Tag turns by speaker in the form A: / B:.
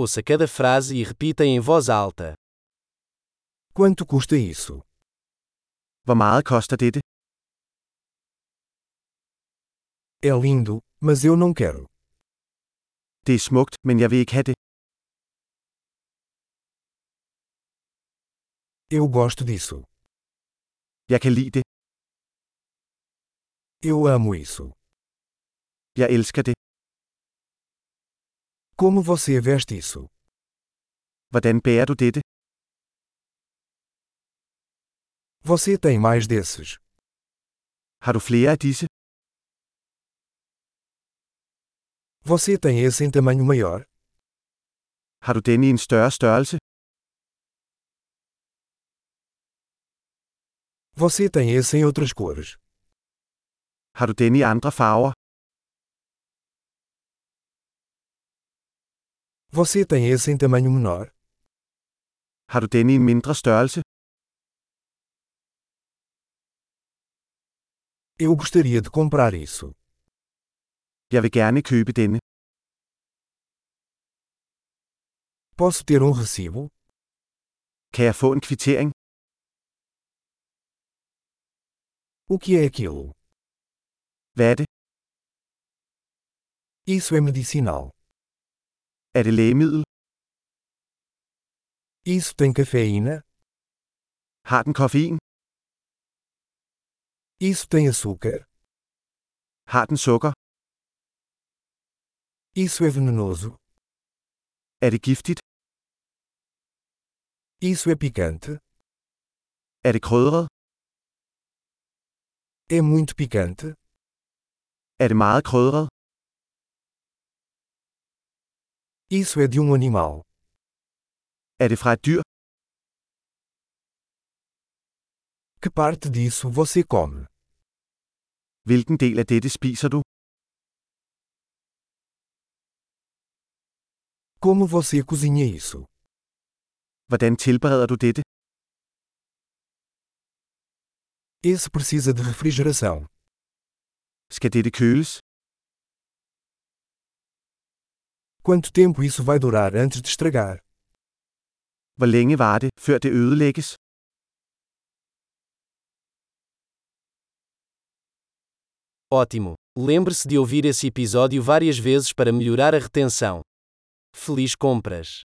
A: Ouça cada frase e repita em voz alta.
B: Quanto custa isso?
C: Hvor meget koster dette?
B: É lindo, mas eu não quero.
C: Det er smukt, men jeg vil ikke have det.
B: Eu gosto disso.
C: Jeg kan lide det.
B: Eu amo isso.
C: Jeg elsker det.
B: Como você veste isso?
C: Hvordan bærer du dette?
B: Você tem mais desses.
C: Har du flere af disse?
B: Você tem esse em tamanho maior?
C: Har du denne i en større størrelse?
B: Você tem esse em outras cores?
C: Har du denne i andre farver?
B: Você tem esse em tamanho menor?
C: Har du denne i en mindre størrelse?
B: Eu gostaria de comprar isso.
C: Jeg vil gerne købe denne.
B: Posso ter um recibo?
C: Kan jeg få en kvittering?
B: O que é aquilo?
C: Hvad er det?
B: Isso é medicinal.
C: Er det lægemiddel?
B: Isso tem cafeína?
C: Har den koffein?
B: Isso tem açúcar?
C: Har den sukker?
B: Isso é venenoso?
C: Er det giftigt?
B: Isso é picante?
C: Er det krydret?
B: É muito picante?
C: Er det meget krydret?
B: Isso é de um animal.
C: Er det fra et dyr?
B: Que parte disso você come?
C: Hvilken del af dette spiser du?
B: Como você cozinha isso?
C: Hvordan tilbereder du dette?
B: Esse precisa de refrigeração.
C: Skal dette køles?
B: Quanto tempo isso vai durar antes de estragar?
C: Hvor længe var det, før det ødelægges?
A: Ótimo! Lembre-se de ouvir esse episódio várias vezes para melhorar a retenção. Feliz compras!